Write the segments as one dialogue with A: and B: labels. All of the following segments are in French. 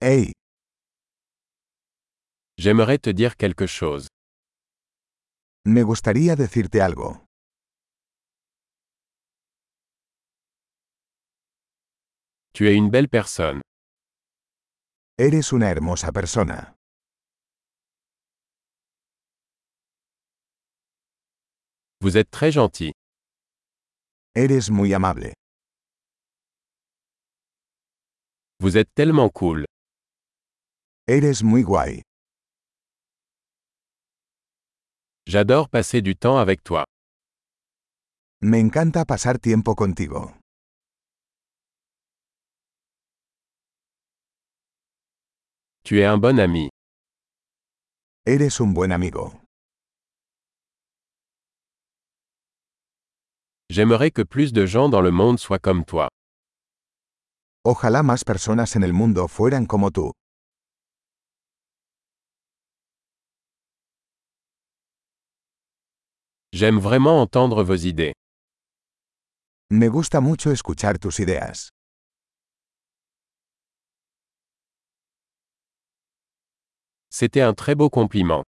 A: Hey,
B: J'aimerais te dire quelque chose.
A: me gustaría decirte algo.
B: Tu es une belle personne.
A: Eres una hermosa persona.
B: Vous êtes très gentil.
A: Eres muy amable.
B: Vous êtes tellement cool.
A: Eres muy guay.
B: J'adore passer du temps avec toi.
A: Me encanta pasar tiempo contigo.
B: Tu es un bon ami.
A: Eres un buen amigo.
B: J'aimerais que plus de gens dans le monde soient comme toi.
A: Ojalá más personas en el mundo fueran como tú.
B: J'aime vraiment entendre vos idées.
A: Me gusta mucho escuchar tus ideas.
B: C'était un très beau compliment.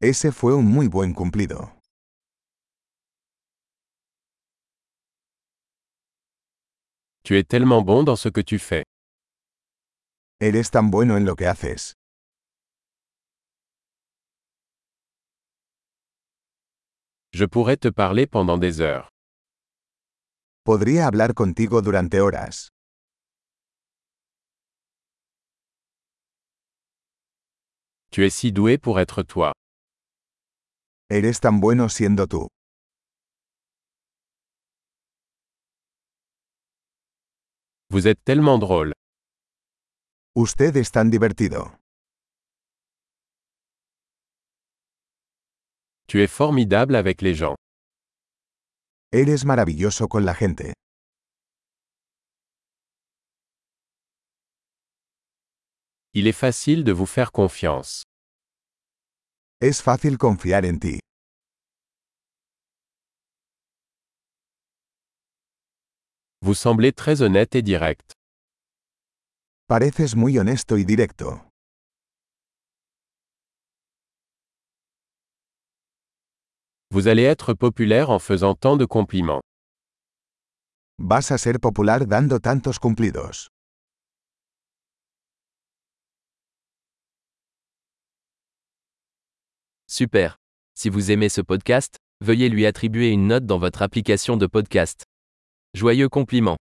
A: Ese fue un muy buen cumplido.
B: Tu es tellement bon dans ce que tu fais.
A: Eres tan bueno en lo que haces.
B: Je pourrais te parler pendant des heures.
A: Podría hablar contigo durante horas.
B: Tu es si doué pour être toi.
A: Eres tan bueno siendo tú.
B: Vous êtes tellement drôle.
A: Usted es tan divertido.
B: Tu es formidable avec les gens.
A: Eres maravilloso con la gente.
B: Il est facile de vous faire confiance.
A: Es fácil confiar en ti.
B: Vous semblez très honnête et direct.
A: Pareces muy honesto y directo.
B: Vous allez être populaire en faisant tant de compliments.
A: Vas a ser popular dando tantos cumplidos.
C: Super. Si vous aimez ce podcast, veuillez lui attribuer une note dans votre application de podcast. Joyeux compliment.